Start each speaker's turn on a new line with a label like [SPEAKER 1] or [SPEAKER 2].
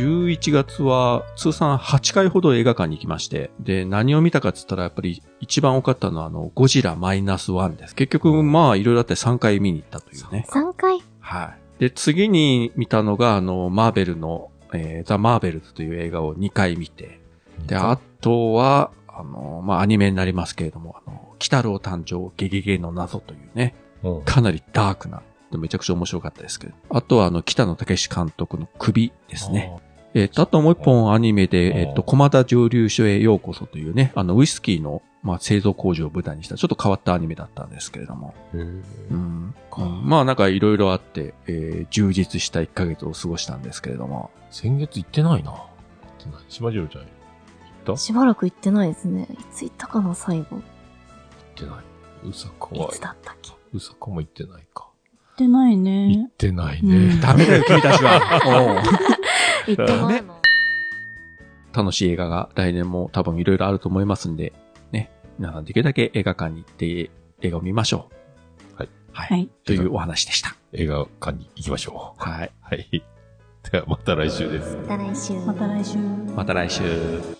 [SPEAKER 1] 11月は通算8回ほど映画館に行きまして、で、何を見たかっつったらやっぱり一番多かったのはあの、ゴジラマイナスワンです。結局、まあ、いろいろあって3回見に行ったというね。
[SPEAKER 2] 3回。
[SPEAKER 1] はい。で、次に見たのが、あの、マーベルの、えー、ザ・マーベルズという映画を2回見て、で、あとは、あの、まあ、アニメになりますけれども、あの、鬼太郎誕生ゲゲゲの謎というね、
[SPEAKER 3] うん
[SPEAKER 1] かなりダークな、でめちゃくちゃ面白かったですけど、あとは、あの、北野武監督の首ですね。。えっ、と、あともう一本アニメ
[SPEAKER 3] うん
[SPEAKER 1] で、えっ、と、駒田蒸留所へようこそというね、あの、ウイスキーの、まあ、製造工場を舞台にした、ちょっと変わったアニメだったんですけれども。
[SPEAKER 3] あーへー
[SPEAKER 1] うん。まあ、なんかいろいろあって、えー充実した1ヶ月を過ごしたんですけれども。
[SPEAKER 3] 先月行ってないな。行ってない。島次郎ちゃん行った行っ
[SPEAKER 2] しばらく行ってないですね。いつ行ったかな、最後。
[SPEAKER 3] てない。うさこ
[SPEAKER 2] い
[SPEAKER 3] は
[SPEAKER 2] つ、だったっけ。
[SPEAKER 3] うさこも行ってないか。
[SPEAKER 4] てない
[SPEAKER 3] 行っ
[SPEAKER 4] ね。
[SPEAKER 3] てない
[SPEAKER 4] うん
[SPEAKER 3] ね。
[SPEAKER 1] ダメだよ、君たち は。
[SPEAKER 2] 行ってないの。
[SPEAKER 1] 楽しい映画が来年も多分いろいろあると思いますんで、ね。皆さんできるだけ映画館に行って映画を見ましょう。
[SPEAKER 3] はい。
[SPEAKER 1] は。
[SPEAKER 4] はいい。
[SPEAKER 1] というお話でした。
[SPEAKER 3] 映画館に行きましょう。
[SPEAKER 1] はい。
[SPEAKER 3] はい。ではまた来週です。
[SPEAKER 2] また来週。
[SPEAKER 4] また来週。
[SPEAKER 1] また来週。